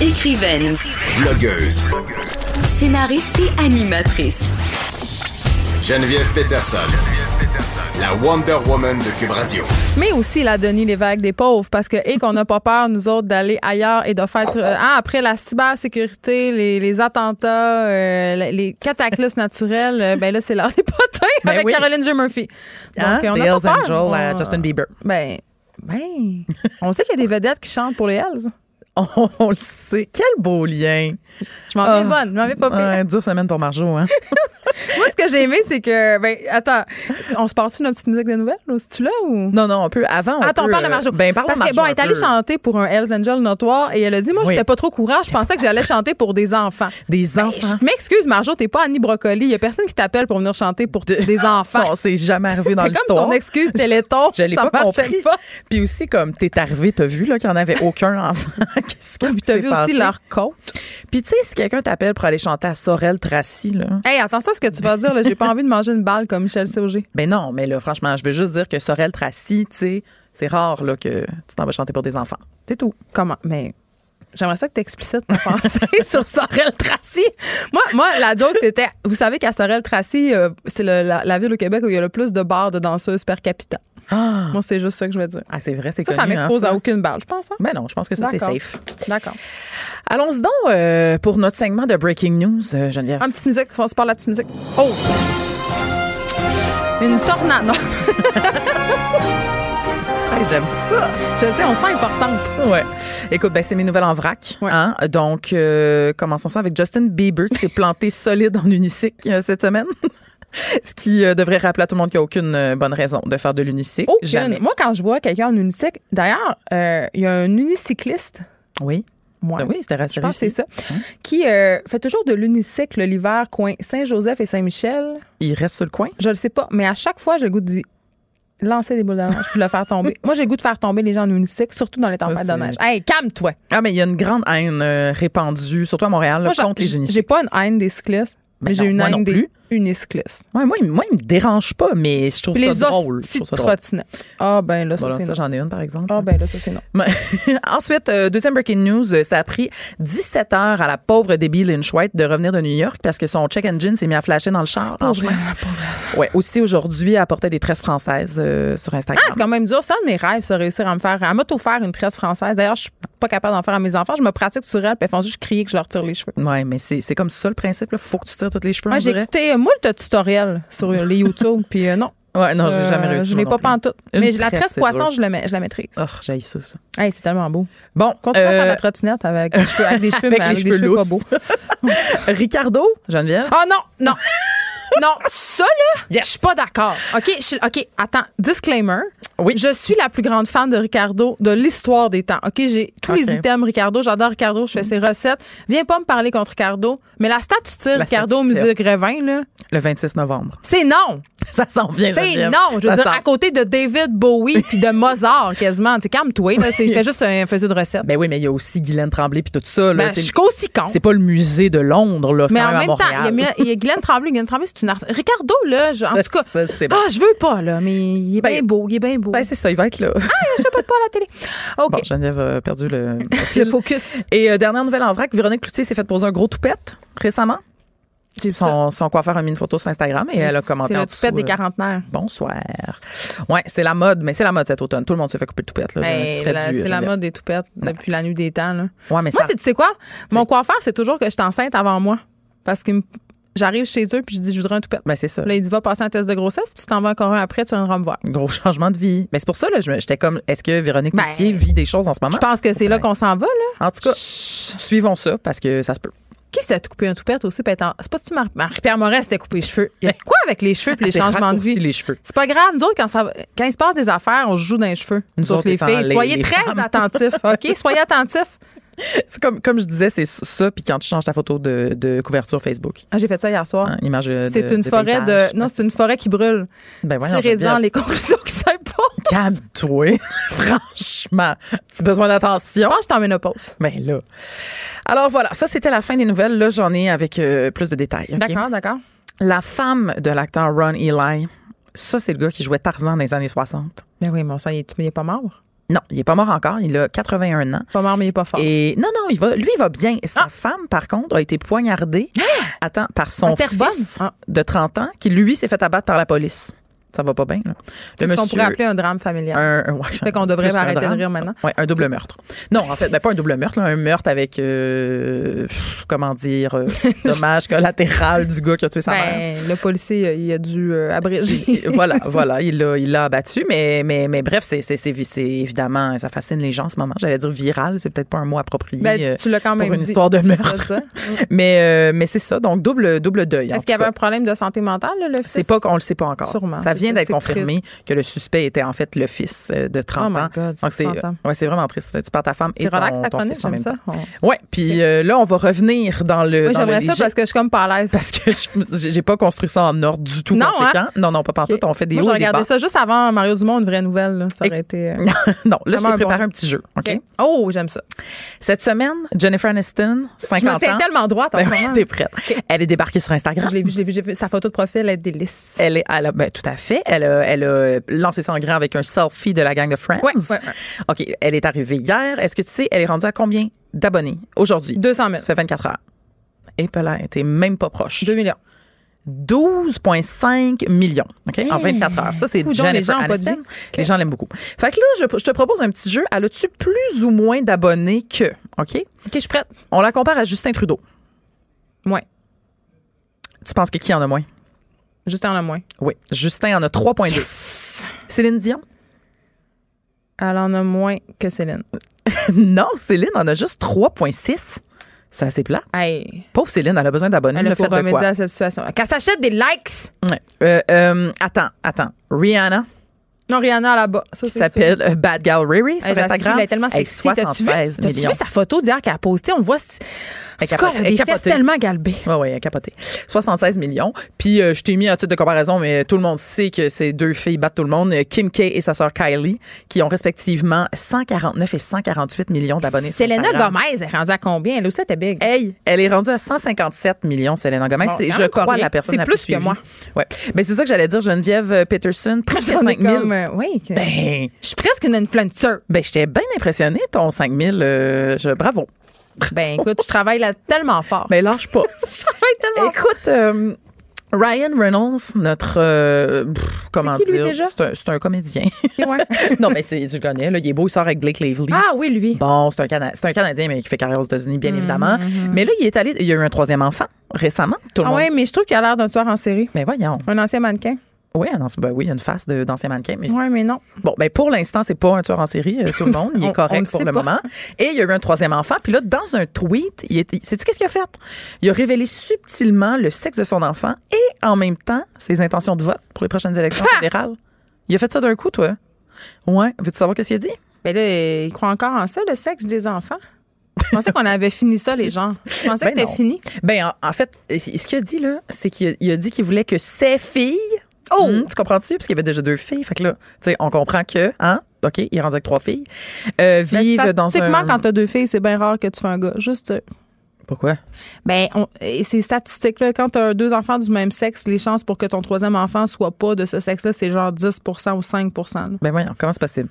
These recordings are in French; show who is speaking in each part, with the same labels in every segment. Speaker 1: Écrivaine,
Speaker 2: Blogueuse.
Speaker 1: scénariste et animatrice.
Speaker 2: Geneviève Peterson. La Wonder Woman de Cube Radio.
Speaker 3: Mais aussi la Denis Lévesque des pauvres, parce que, et qu'on n'a pas peur, nous autres, d'aller ailleurs et de faire. euh, hein, après la cybersécurité, les, les attentats, euh, les cataclysmes naturels, euh, ben là, c'est l'heure des potins
Speaker 4: Ben
Speaker 3: avec
Speaker 4: oui.
Speaker 3: Caroline J. Murphy. Donc,
Speaker 4: Hein?
Speaker 3: euh, on
Speaker 4: The
Speaker 3: n'a
Speaker 4: Hells
Speaker 3: pas
Speaker 4: Angel
Speaker 3: peur.
Speaker 4: à
Speaker 3: On-
Speaker 4: Justin Bieber.
Speaker 3: Ben, ben, on sait qu'il y a des vedettes qui chantent pour les Hells.
Speaker 4: On, on le sait. Quel beau lien.
Speaker 3: Je m'en
Speaker 4: Ah.
Speaker 3: vais bonne, je m'en vais pas pire.
Speaker 4: Ouais, dure semaine pour Marjo. Hein?
Speaker 3: Moi, ce que j'ai aimé, c'est que, ben, attends, on se part-tu une petite musique de nouvelles? là? C'est-tu là ou?
Speaker 4: Non, non, on peut. Avant, on
Speaker 3: Ah, Attends, on
Speaker 4: peut,
Speaker 3: parle de
Speaker 4: euh,
Speaker 3: Marjo.
Speaker 4: Ben, parle
Speaker 3: Parce
Speaker 4: de Marjo
Speaker 3: que, bon,
Speaker 4: un
Speaker 3: elle est allée
Speaker 4: peu.
Speaker 3: chanter pour un Hells Angel notoire et elle a dit Moi,
Speaker 4: Oui.
Speaker 3: j'étais pas trop courage, je pensais que j'allais chanter pour des enfants.
Speaker 4: Des enfants.
Speaker 3: Ben, Je m'excuse, Marjo, t'es pas Annie Brocoli. Il y a personne qui t'appelle pour venir chanter pour des enfants.
Speaker 4: Non, c'est jamais arrivé
Speaker 3: C'est
Speaker 4: dans
Speaker 3: comme
Speaker 4: l'histoire.
Speaker 3: son excuse téléthon.
Speaker 4: Je l'ai
Speaker 3: ça
Speaker 4: pas
Speaker 3: marchait
Speaker 4: compris.
Speaker 3: pas.
Speaker 4: Puis aussi, comme t'es arrivé, t'as vu là, qu'il n'y en avait aucun enfant. Qu'est-ce que
Speaker 3: Puis t'as vu aussi leur côte.
Speaker 4: Puis tu sais, si quelqu'un t'appelle pour aller chanter à Sorel Tracy, là.
Speaker 3: Hey, attention à ce que tu vas dire, là. J'ai pas envie de manger une balle comme Michel Sauger.
Speaker 4: Ben non, mais là, franchement, je veux juste dire que Sorel Tracy, tu sais, c'est rare là, que tu t'en vas chanter pour des enfants. C'est tout.
Speaker 3: Comment? Mais. J'aimerais ça que tu explicites ta pensée sur Sorel Tracy. Moi, moi, la joke, c'était. Vous savez qu'à Sorel Tracy, euh, c'est le- la, la ville au Québec où il y a le plus de bars de danseuses per capita. Moi, c'est juste ça que je veux dire.
Speaker 4: Ah, c'est vrai, c'est
Speaker 3: Ça,
Speaker 4: connu.
Speaker 3: ça
Speaker 4: hein,
Speaker 3: m'expose
Speaker 4: ça.
Speaker 3: à aucune balle, je pense. hein?
Speaker 4: Ben non, je pense que ça, c'est
Speaker 3: D'accord.
Speaker 4: safe.
Speaker 3: D'accord.
Speaker 4: Allons-y donc euh, pour notre segment de Breaking News, euh, Geneviève.
Speaker 3: Une petite musique, on se parle de la petite musique. Oh! Une tornade. Non,
Speaker 4: Ah, J'aime ça.
Speaker 3: je sais, on se sent importante.
Speaker 4: Ouais. Écoute, ben, c'est mes nouvelles en vrac.
Speaker 3: Ouais.
Speaker 4: hein. Donc, euh, commençons ça avec Justin Bieber qui s'est planté solide en unicycle euh, cette semaine. Ce qui euh, devrait rappeler à tout le monde qu'il n'y a aucune euh, bonne raison de faire de l'unicycle.
Speaker 3: Aucune.
Speaker 4: Jamais.
Speaker 3: Moi, quand je vois quelqu'un en unicycle, d'ailleurs, euh, il y a un unicycliste.
Speaker 4: Oui.
Speaker 3: Moi.
Speaker 4: Ben oui, c'était
Speaker 3: Je
Speaker 4: rassurant.
Speaker 3: pense que c'est ça. Qui euh, fait toujours de l'unicycle l'hiver, coin Saint-Joseph et Saint-Michel.
Speaker 4: Il reste sur le coin.
Speaker 3: Je le sais pas, mais à chaque fois, j'ai le goût de dire, lancer des boules d'orange puis le faire tomber. Moi, j'ai le goût de faire tomber les gens en unicycle, surtout dans les tempêtes
Speaker 4: c'est-
Speaker 3: de neige. Hey, calme-toi.
Speaker 4: Ah, mais il y a une grande haine euh, répandue, surtout à Montréal, là,
Speaker 3: Moi, j'ai-
Speaker 4: contre les
Speaker 3: J'ai
Speaker 4: unicycles. Ben
Speaker 3: pas une haine des cyclistes, mais j'ai
Speaker 4: non,
Speaker 3: une
Speaker 4: moi non
Speaker 3: haine des
Speaker 4: plus.
Speaker 3: unicyclistes.
Speaker 4: Ouais, moi, il- moi, il me dérange pas, mais je trouve
Speaker 3: Puis
Speaker 4: ça
Speaker 3: les
Speaker 4: drôle. Je
Speaker 3: hosties de
Speaker 4: trouve ça drôle.
Speaker 3: trottinettes. Ah, ben là, ça,
Speaker 4: Voilà,
Speaker 3: c'est
Speaker 4: ça,
Speaker 3: non.
Speaker 4: j'en ai une, par exemple.
Speaker 3: Ah, ben là, ça, c'est non.
Speaker 4: Mais- Ensuite, euh, deuxième breaking news, euh, ça a pris 17 heures à la pauvre Debbie Lynch White de revenir de New York parce que son check engine s'est mis à flasher dans le char. en chemin. Ouais, aussi aujourd'hui, elle portait des tresses françaises euh, sur Instagram.
Speaker 3: Ah, c'est quand même dur. C'est un de mes rêves, ça, réussir à me faire, à m'auto-faire une tresse française. D'ailleurs, je suis pas capable d'en faire à mes enfants. Je me pratique sur elles, puis elles font juste crier que je leur tire les cheveux.
Speaker 4: Ouais, mais c'est c'est comme ça le principe. Là. Faut que tu tires tous les cheveux,
Speaker 3: Moi,
Speaker 4: on
Speaker 3: j'ai
Speaker 4: dirait.
Speaker 3: écouté euh, moult de tutoriels sur les YouTube, puis euh, non.
Speaker 4: Ouais, non, j'ai
Speaker 3: Euh,
Speaker 4: jamais réussi.
Speaker 3: Je
Speaker 4: moi
Speaker 3: l'ai
Speaker 4: non
Speaker 3: pas
Speaker 4: plus.
Speaker 3: pantoute.
Speaker 4: Une
Speaker 3: Mais la
Speaker 4: tresse,
Speaker 3: tresse
Speaker 4: c'est
Speaker 3: poisson,
Speaker 4: drôle.
Speaker 3: je, le ma- je la maîtrise.
Speaker 4: Oh, j'ai ça, ça.
Speaker 3: Hey, c'est tellement beau.
Speaker 4: Bon,
Speaker 3: Continue à faire
Speaker 4: euh,
Speaker 3: la trottinette avec, des cheveux- avec des cheveux, mais
Speaker 4: avec les
Speaker 3: avec des cheveux
Speaker 4: cheveux
Speaker 3: pas
Speaker 4: lousses.
Speaker 3: beaux.
Speaker 4: Ricardo, Geneviève.
Speaker 3: Ah non, non. non, ça là,
Speaker 4: Yes.
Speaker 3: je suis pas d'accord. OK, je suis- OK, attends, disclaimer.
Speaker 4: Oui.
Speaker 3: Je suis la plus grande fan de Ricardo de l'histoire des temps. OK, j'ai tous les
Speaker 4: OK. Mm.
Speaker 3: items Ricardo, j'adore Ricardo, je fais ses recettes. Viens pas me parler contre Ricardo, mais la statue tire
Speaker 4: La
Speaker 3: Ricardo au
Speaker 4: statue tire.
Speaker 3: musée Grévin là,
Speaker 4: Le 26 novembre.
Speaker 3: c'est non.
Speaker 4: Ça s'en vient,
Speaker 3: C'est
Speaker 4: Geneviève.
Speaker 3: non, je veux
Speaker 4: Ça
Speaker 3: dire
Speaker 4: s'en-
Speaker 3: à côté de David Bowie puis de Mozart quasiment, tu sais, calme-toi là, c'est il fait juste un faisceau de recettes.
Speaker 4: Ben oui, mais il y a aussi Guylaine Tremblay puis tout ça. Là,
Speaker 3: Ben, je
Speaker 4: c'est-
Speaker 3: suis aussi con.
Speaker 4: c'est pas le musée de Londres, là. C'est
Speaker 3: Mais
Speaker 4: quand
Speaker 3: en même
Speaker 4: même à
Speaker 3: temps,
Speaker 4: Montréal.
Speaker 3: il y a, il y a Guylaine Tremblay. Guylaine Tremblay, c'est une artiste. Ricardo, là, je- en
Speaker 4: Ça,
Speaker 3: tout cas.
Speaker 4: ça, c'est bon.
Speaker 3: ah, je veux pas, là, mais il est
Speaker 4: Ben,
Speaker 3: bien beau. Il est bien beau.
Speaker 4: Ben, c'est ça, il va être là.
Speaker 3: je veux pas de pas à la télé. Ah, OK.
Speaker 4: Bon, Geneviève a perdu le. le
Speaker 3: le
Speaker 4: fil.
Speaker 3: focus.
Speaker 4: Et euh, dernière nouvelle en vrac, Véronique Cloutier s'est faite poser un gros toupette récemment. Son, son coiffeur a mis une photo sur Instagram et elle a commenté
Speaker 3: C'est
Speaker 4: en
Speaker 3: le
Speaker 4: dessous.
Speaker 3: toupette des
Speaker 4: euh,
Speaker 3: quarantenaires.
Speaker 4: Bonsoir. Ouais, c'est la mode, mais c'est la mode cet automne. Tout le monde se fait couper le toupette. Là,
Speaker 3: Hey,
Speaker 4: Tu serais
Speaker 3: la-
Speaker 4: dû,
Speaker 3: Ben, c'est la
Speaker 4: Geneviève.
Speaker 3: mode des toupettes depuis la nuit des temps. Là.
Speaker 4: Ouais,
Speaker 3: Moi,
Speaker 4: mais ça-
Speaker 3: c'est- tu sais quoi? Mon coiffeur, c'est toujours que je suis enceinte avant moi. Parce que j'arrive chez eux puis je dis, je voudrais un toupette.
Speaker 4: Ben, c'est ça.
Speaker 3: Là, il dit, va passer un test de grossesse puis si t'en vas encore un après, tu viendras me voir.
Speaker 4: Gros changement de vie. Mais c'est pour ça, là, je me- j'étais comme, est-ce que Véronique
Speaker 3: Ben,
Speaker 4: Cloutier vit des choses en ce moment?
Speaker 3: Je pense que c'est là qu'on s'en va, là.
Speaker 4: En tout cas, suivons ça parce que ça se peut.
Speaker 3: Qui s'était coupé un toupette aussi? puis être en- C'est pas tu Marie- Marie-Pierre Morin s'était coupé les cheveux. Il y a de quoi avec les cheveux puis les
Speaker 4: Ben, C'est
Speaker 3: changements de
Speaker 4: raccourci,
Speaker 3: vie?
Speaker 4: les cheveux.
Speaker 3: C'est pas grave, nous autres, quand, ça, quand il se passe des affaires, on se joue dans les cheveux.
Speaker 4: Nous
Speaker 3: Sauf
Speaker 4: autres
Speaker 3: les
Speaker 4: étant
Speaker 3: filles.
Speaker 4: les-
Speaker 3: Soyez
Speaker 4: les
Speaker 3: très
Speaker 4: femmes.
Speaker 3: attentifs, OK? Soyez attentifs.
Speaker 4: C'est comme, comme je disais, c'est ça, puis quand tu changes ta photo de, de couverture Facebook.
Speaker 3: Ah, j'ai fait ça hier soir.
Speaker 4: Hein, image de-
Speaker 3: C'est
Speaker 4: de-
Speaker 3: une
Speaker 4: de
Speaker 3: forêt
Speaker 4: paysage.
Speaker 3: de. Non, c'est une forêt qui brûle.
Speaker 4: Ben voyons,
Speaker 3: Tirez-en
Speaker 4: Geneviève.
Speaker 3: les conclusions qui s'imposent.
Speaker 4: Calme-toi. Franchement, tu as besoin
Speaker 3: Je
Speaker 4: d'attention.
Speaker 3: pense que je suis en ménopause.
Speaker 4: Ben là. Alors voilà, ça c'était la fin des nouvelles. Là, j'en ai avec euh, plus de détails. ok?
Speaker 3: D'accord, d'accord.
Speaker 4: La femme de l'acteur Ron Eli, ça c'est le gars qui jouait Tarzan dans les années 60.
Speaker 3: Ben oui, mon sang, il est, il est pas mort.
Speaker 4: Non, il est pas mort encore. Il a 81 ans.
Speaker 3: Pas mort, mais il est pas Ah! fort.
Speaker 4: Et non, non, il va, lui, il va bien. Sa femme, par contre, a été poignardée attends, par son
Speaker 3: Interphone.
Speaker 4: fils
Speaker 3: Ah.
Speaker 4: de 30 ans qui, lui, s'est fait abattre par la police. Ça va pas bien. là.
Speaker 3: C'est
Speaker 4: Le
Speaker 3: ce qu'on
Speaker 4: monsieur-
Speaker 3: pourrait appeler un drame familial.
Speaker 4: un, un- ouais,
Speaker 3: Fait qu'on devrait
Speaker 4: plus qu'un
Speaker 3: arrêter de
Speaker 4: drame.
Speaker 3: rire maintenant.
Speaker 4: Ouais, un double meurtre. Non, en fait, ben, pas un double meurtre, là, un meurtre avec, euh, pff, comment dire, euh, dommage collatéral du gars qui a tué sa mère.
Speaker 3: Ben, le policier, euh, il a dû euh, abréger.
Speaker 4: Et voilà, voilà, il l'a, il l'a abattu, mais, mais, mais bref, c'est, c'est, c'est, c'est évidemment, ça fascine les gens en ce moment. J'allais dire viral, c'est peut-être pas un mot approprié
Speaker 3: Ben,
Speaker 4: euh,
Speaker 3: tu l'as quand même
Speaker 4: pour une
Speaker 3: dit.
Speaker 4: histoire de
Speaker 3: C'est
Speaker 4: meurtre.
Speaker 3: ça.
Speaker 4: mais, euh, mais c'est ça, donc double, double deuil. en
Speaker 3: Est-ce
Speaker 4: tout
Speaker 3: qu'il y avait
Speaker 4: cas.
Speaker 3: un problème de santé mentale, là, le fils?
Speaker 4: C'est pas qu'on le sait pas encore.
Speaker 3: Sûrement.
Speaker 4: Ça vient
Speaker 3: C'est-
Speaker 4: d'être
Speaker 3: c'est
Speaker 4: confirmé que le suspect était en fait le fils euh, de 30
Speaker 3: Oh my
Speaker 4: ans.
Speaker 3: God, c'est
Speaker 4: Donc c'est
Speaker 3: épouvantable.
Speaker 4: ouais, c'est vraiment triste. Tu perds ta femme et
Speaker 3: C'est relax,
Speaker 4: ton,
Speaker 3: ta
Speaker 4: ton
Speaker 3: chronique,
Speaker 4: fils en
Speaker 3: j'aime
Speaker 4: même
Speaker 3: ça.
Speaker 4: temps.
Speaker 3: On-
Speaker 4: Ouais, puis euh, là on va revenir dans le
Speaker 3: Moi,
Speaker 4: dans le
Speaker 3: j'aimerais ça
Speaker 4: léger
Speaker 3: parce que je suis comme pas à l'aise.
Speaker 4: parce que je- j'ai j'ai pas construit ça en ordre du tout
Speaker 3: Non,
Speaker 4: conséquent.
Speaker 3: hein?
Speaker 4: Non non, pas partout, on fait des
Speaker 3: Moi,
Speaker 4: hauts
Speaker 3: j'ai
Speaker 4: et des
Speaker 3: regardé
Speaker 4: bas.
Speaker 3: ça juste avant Mario Dumont, une vraie nouvelle. là. Ça
Speaker 4: Et-
Speaker 3: aurait été... euh,
Speaker 4: non, là je
Speaker 3: Vraiment
Speaker 4: vais
Speaker 3: un
Speaker 4: préparer
Speaker 3: bon-
Speaker 4: un petit jeu, OK?
Speaker 3: OK. Oh, j'aime ça.
Speaker 4: Cette semaine, Jennifer Aniston,
Speaker 3: Je
Speaker 4: 50
Speaker 3: me tiens
Speaker 4: ans.
Speaker 3: tellement droite en
Speaker 4: Ben
Speaker 3: ce
Speaker 4: ouais,
Speaker 3: moment.
Speaker 4: t'es prête. Elle est débarquée sur Instagram.
Speaker 3: Je l'ai vu, je l'ai vu, j'ai vu. Sa photo de profil, elle est délice.
Speaker 4: Elle est, elle a- ben, tout à fait. Elle a, elle a lancé son grand avec un selfie de la gang de Friends.
Speaker 3: Ouais, ouais, ouais.
Speaker 4: OK. Elle est arrivée hier. Est-ce que tu sais, elle est rendue à combien d'abonnés aujourd'hui?
Speaker 3: 200 000.
Speaker 4: Ça fait 24 heures. Et là, elle était même pas proche.
Speaker 3: 2 millions.
Speaker 4: 12,5 millions OK, en 24 heures. Ça, c'est
Speaker 3: Coudonc,
Speaker 4: Jennifer
Speaker 3: les gens ont pas de
Speaker 4: Aniston.
Speaker 3: vie.
Speaker 4: Les gens l'aiment beaucoup. Fait que là, je, je te propose un petit jeu. Elle a-tu plus ou moins d'abonnés que? OK?
Speaker 3: OK, je suis prête.
Speaker 4: On la compare à Justin Trudeau.
Speaker 3: Moins.
Speaker 4: Tu penses que qui en a moins?
Speaker 3: Juste en a moins.
Speaker 4: Oui. Justin en a 3,2. Céline Dion?
Speaker 3: Elle en a moins que Céline.
Speaker 4: Non, Céline en a juste 3,6. C'est assez plat.
Speaker 3: Hey,
Speaker 4: Pauvre Céline, elle a besoin d'abonnés.
Speaker 3: elle
Speaker 4: Le
Speaker 3: a
Speaker 4: fait
Speaker 3: pour
Speaker 4: de
Speaker 3: remédier
Speaker 4: quoi?
Speaker 3: à cette situation-là. Qu'elle s'achète des likes.
Speaker 4: Ouais. Euh, euh, attends, attends. Rihanna,
Speaker 3: Non, Rihanna là-bas. Ça,
Speaker 4: qui
Speaker 3: c'est sûr.
Speaker 4: s'appelle euh, Bad Gal Riri sur
Speaker 3: Hey, je la suis,
Speaker 4: Instagram.
Speaker 3: Elle est tellement
Speaker 4: avec
Speaker 3: sexy. T'as-tu vu,
Speaker 4: 76
Speaker 3: t'as-tu
Speaker 4: millions.
Speaker 3: vu sa photo d'hier qu'elle a postée? On le voit. si- En
Speaker 4: Elle
Speaker 3: tout
Speaker 4: capote-
Speaker 3: cas, elle a
Speaker 4: elle
Speaker 3: des fesses
Speaker 4: capotée.
Speaker 3: tellement galbées.
Speaker 4: Oui, oui, elle a capoté. 76 millions. Puis, euh, je t'ai mis un titre de comparaison, mais tout le monde sait que ces deux filles battent tout le monde. Euh, Kim K et sa sœur Kylie, qui ont respectivement 149 et 148 millions d'abonnés. sur
Speaker 3: Selena
Speaker 4: Instagram.
Speaker 3: Gomez elle est rendue à combien? Elle aussi, elle était big.
Speaker 4: Hey, elle est rendue à 157 millions, Selena Gomez.
Speaker 3: Bon,
Speaker 4: c'est,
Speaker 3: quand
Speaker 4: je
Speaker 3: même pas
Speaker 4: crois,
Speaker 3: rien.
Speaker 4: la personne
Speaker 3: C'est
Speaker 4: la
Speaker 3: plus
Speaker 4: plus
Speaker 3: que
Speaker 4: suivie.
Speaker 3: moi.
Speaker 4: Ouais. Ben, c'est ça que j'allais dire, Geneviève euh, Peterson, presque
Speaker 3: J'en ai
Speaker 4: 5 000.
Speaker 3: comme, euh, oui. que-
Speaker 4: Ben,
Speaker 3: Je suis presque une influencer.
Speaker 4: ben, j'étais bien impressionnée, ton 5 000. euh, je- bravo.
Speaker 3: Ben écoute, je travaille là tellement fort.
Speaker 4: Mais lâche pas.
Speaker 3: je travaille tellement fort.
Speaker 4: Écoute, euh, Ryan Reynolds, notre. euh, pff, comment
Speaker 3: qui, lui,
Speaker 4: dire?
Speaker 3: déjà?
Speaker 4: C'est un, c'est un comédien.
Speaker 3: Ok, ouais.
Speaker 4: non, mais c'est, tu le connais, là, il est beau, il sort avec Blake Lively.
Speaker 3: Ah oui, lui.
Speaker 4: Bon, c'est un, Cana- c'est un Canadien, mais qui fait carrière aux États-Unis, bien évidemment. Mais là, il est allé. Il y a eu un troisième enfant récemment. Tout
Speaker 3: Mm-hmm.
Speaker 4: le
Speaker 3: Ah
Speaker 4: monde.
Speaker 3: ouais, mais je trouve qu'il a l'air d'un tueur en série.
Speaker 4: Mais voyons.
Speaker 3: Un ancien mannequin.
Speaker 4: Oui, ah non, c'est- ben oui, il y a une face de- d'ancien mannequin. Mais
Speaker 3: Ouais, mais non.
Speaker 4: bon, ben pour l'instant, c'est pas un tueur en série, euh, tout le monde. Il
Speaker 3: On-
Speaker 4: est
Speaker 3: on
Speaker 4: correct
Speaker 3: le
Speaker 4: pour
Speaker 3: sait
Speaker 4: le
Speaker 3: pas.
Speaker 4: moment. Et il y a eu un troisième enfant. Puis là, dans un tweet, il est, il- sais-tu qu'est-ce qu'il a fait? Il a révélé subtilement le sexe de son enfant et en même temps ses intentions de vote pour les prochaines élections
Speaker 3: Ha!
Speaker 4: fédérales. Il a fait ça d'un coup, toi? Ouais. Veux-tu savoir qu'est-ce qu'il a dit?
Speaker 3: Ben là, il croit encore en ça, le sexe des enfants. Je pensais qu'on avait fini ça, les gens. Je pensais
Speaker 4: Ben
Speaker 3: que c'était
Speaker 4: non.
Speaker 3: fini.
Speaker 4: Ben, en, en fait, c- ce qu'il a dit, là, c'est qu'il a, il a dit qu'il voulait que ses filles.
Speaker 3: Oh!
Speaker 4: Hum, tu comprends-tu? Parce qu'il y avait déjà deux filles. Fait que là, tu sais, on comprend que, hein? OK, il est rendu avec trois filles. Euh, vivent dans
Speaker 3: Statistiquement,
Speaker 4: un.
Speaker 3: quand t'as deux filles, c'est bien rare que tu fais un gars. Juste. euh,
Speaker 4: Pourquoi?
Speaker 3: Ben, on- et c'est statistique, là. Quand t'as deux enfants du même sexe, les chances pour que ton troisième enfant soit pas de ce sexe-là, c'est genre 10 ou 5 là.
Speaker 4: Ben voyons, comment c'est possible?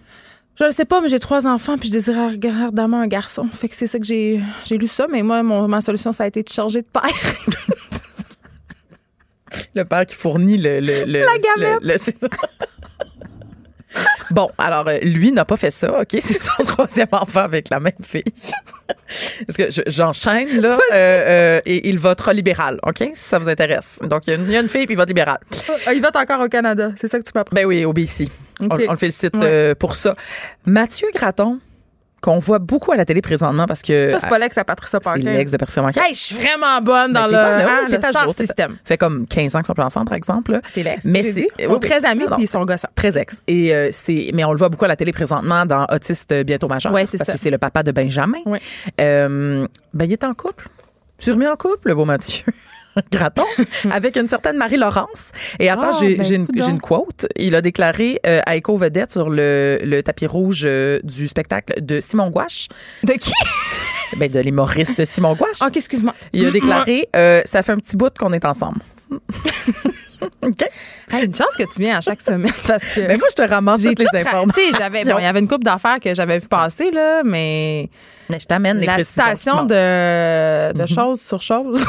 Speaker 3: Je le sais pas, mais j'ai trois enfants puis je désirais ardemment un garçon. Fait que c'est ça que j'ai, j'ai lu ça, mais moi, mon- ma solution, ça a été de changer de père.
Speaker 4: Le père qui fournit le... le, le-
Speaker 3: La gamète.
Speaker 4: le- le- c'est ça. Bon, alors, euh, lui n'a pas fait ça, OK? C'est son troisième enfant avec la même fille. Parce que je- j'enchaîne, là, euh, euh, et il votera libéral, OK? Si ça vous intéresse. Donc, il y a une, il y a une fille, puis il vote libéral.
Speaker 3: Ah, Il va encore au Canada. C'est ça que tu m'apprends.
Speaker 4: Ben oui, au BC. On,
Speaker 3: OK.
Speaker 4: on le félicite
Speaker 3: Ouais.
Speaker 4: euh, pour ça. Mathieu Graton, qu'on voit beaucoup à la télé présentement, parce que...
Speaker 3: Ça, Euh, c'est pas l'ex à Patricia
Speaker 4: c'est
Speaker 3: Parker.
Speaker 4: l'ex de Percy Manquin.
Speaker 3: Hey, je suis vraiment bonne dans
Speaker 4: Ben,
Speaker 3: le,
Speaker 4: t'es bonne, ouais,
Speaker 3: hein,
Speaker 4: t'es
Speaker 3: le
Speaker 4: à
Speaker 3: star
Speaker 4: jour, t'es-
Speaker 3: system.
Speaker 4: Fait comme 15 ans qu'ils sont plus ensemble, par exemple. là.
Speaker 3: C'est l'ex.
Speaker 4: Mais
Speaker 3: tu l'as
Speaker 4: c'est-
Speaker 3: dit. Ils sont Ah
Speaker 4: oui, oui.
Speaker 3: très amis
Speaker 4: Non, non.
Speaker 3: puis ils sont gossants.
Speaker 4: Très ex. Et euh, c'est, mais on le voit beaucoup à la télé présentement dans Autiste euh, bientôt majeur.
Speaker 3: Ouais, c'est
Speaker 4: parce
Speaker 3: ça.
Speaker 4: que c'est le papa de Benjamin.
Speaker 3: Ouais.
Speaker 4: Euh, ben il est en couple. Tu remis en couple, le beau Mathieu. Graton, avec une certaine Marie-Laurence. Et attends,
Speaker 3: Ah,
Speaker 4: j'ai,
Speaker 3: ben,
Speaker 4: j'ai une,
Speaker 3: coudonc.
Speaker 4: j'ai une quote. Il a déclaré euh, à Echo Vedette sur le, le tapis rouge euh, du spectacle de Simon Gouache,
Speaker 3: De qui?
Speaker 4: ben, de l'humoriste Simon Gouache.
Speaker 3: ok, excuse-moi. Euh,
Speaker 4: Il a déclaré euh, Ça fait un petit bout qu'on est ensemble. OK.
Speaker 3: Hey, une chance que tu viens à chaque semaine parce que.
Speaker 4: Mais Ben, moi, je te ramasse
Speaker 3: j'ai
Speaker 4: toutes les
Speaker 3: tout ra-
Speaker 4: informations.
Speaker 3: tu sais, j'avais- bon, il y avait une coupe d'affaires que j'avais vu passer, là, mais
Speaker 4: Mais je t'amène les
Speaker 3: la
Speaker 4: précisions qui te
Speaker 3: citation
Speaker 4: manquent. Mhm.
Speaker 3: de, de choses sur choses.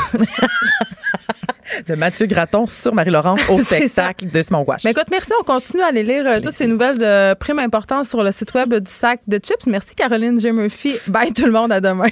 Speaker 4: de Mathieu Graton sur Marie-Laurence au
Speaker 3: C'est
Speaker 4: spectacle de Simon Gouache.
Speaker 3: Mais écoute, merci. On continue à aller lire euh, toutes ces nouvelles de prime importance sur le site web du sac de chips. Merci, Caroline J. Murphy. Bye tout le monde. À demain.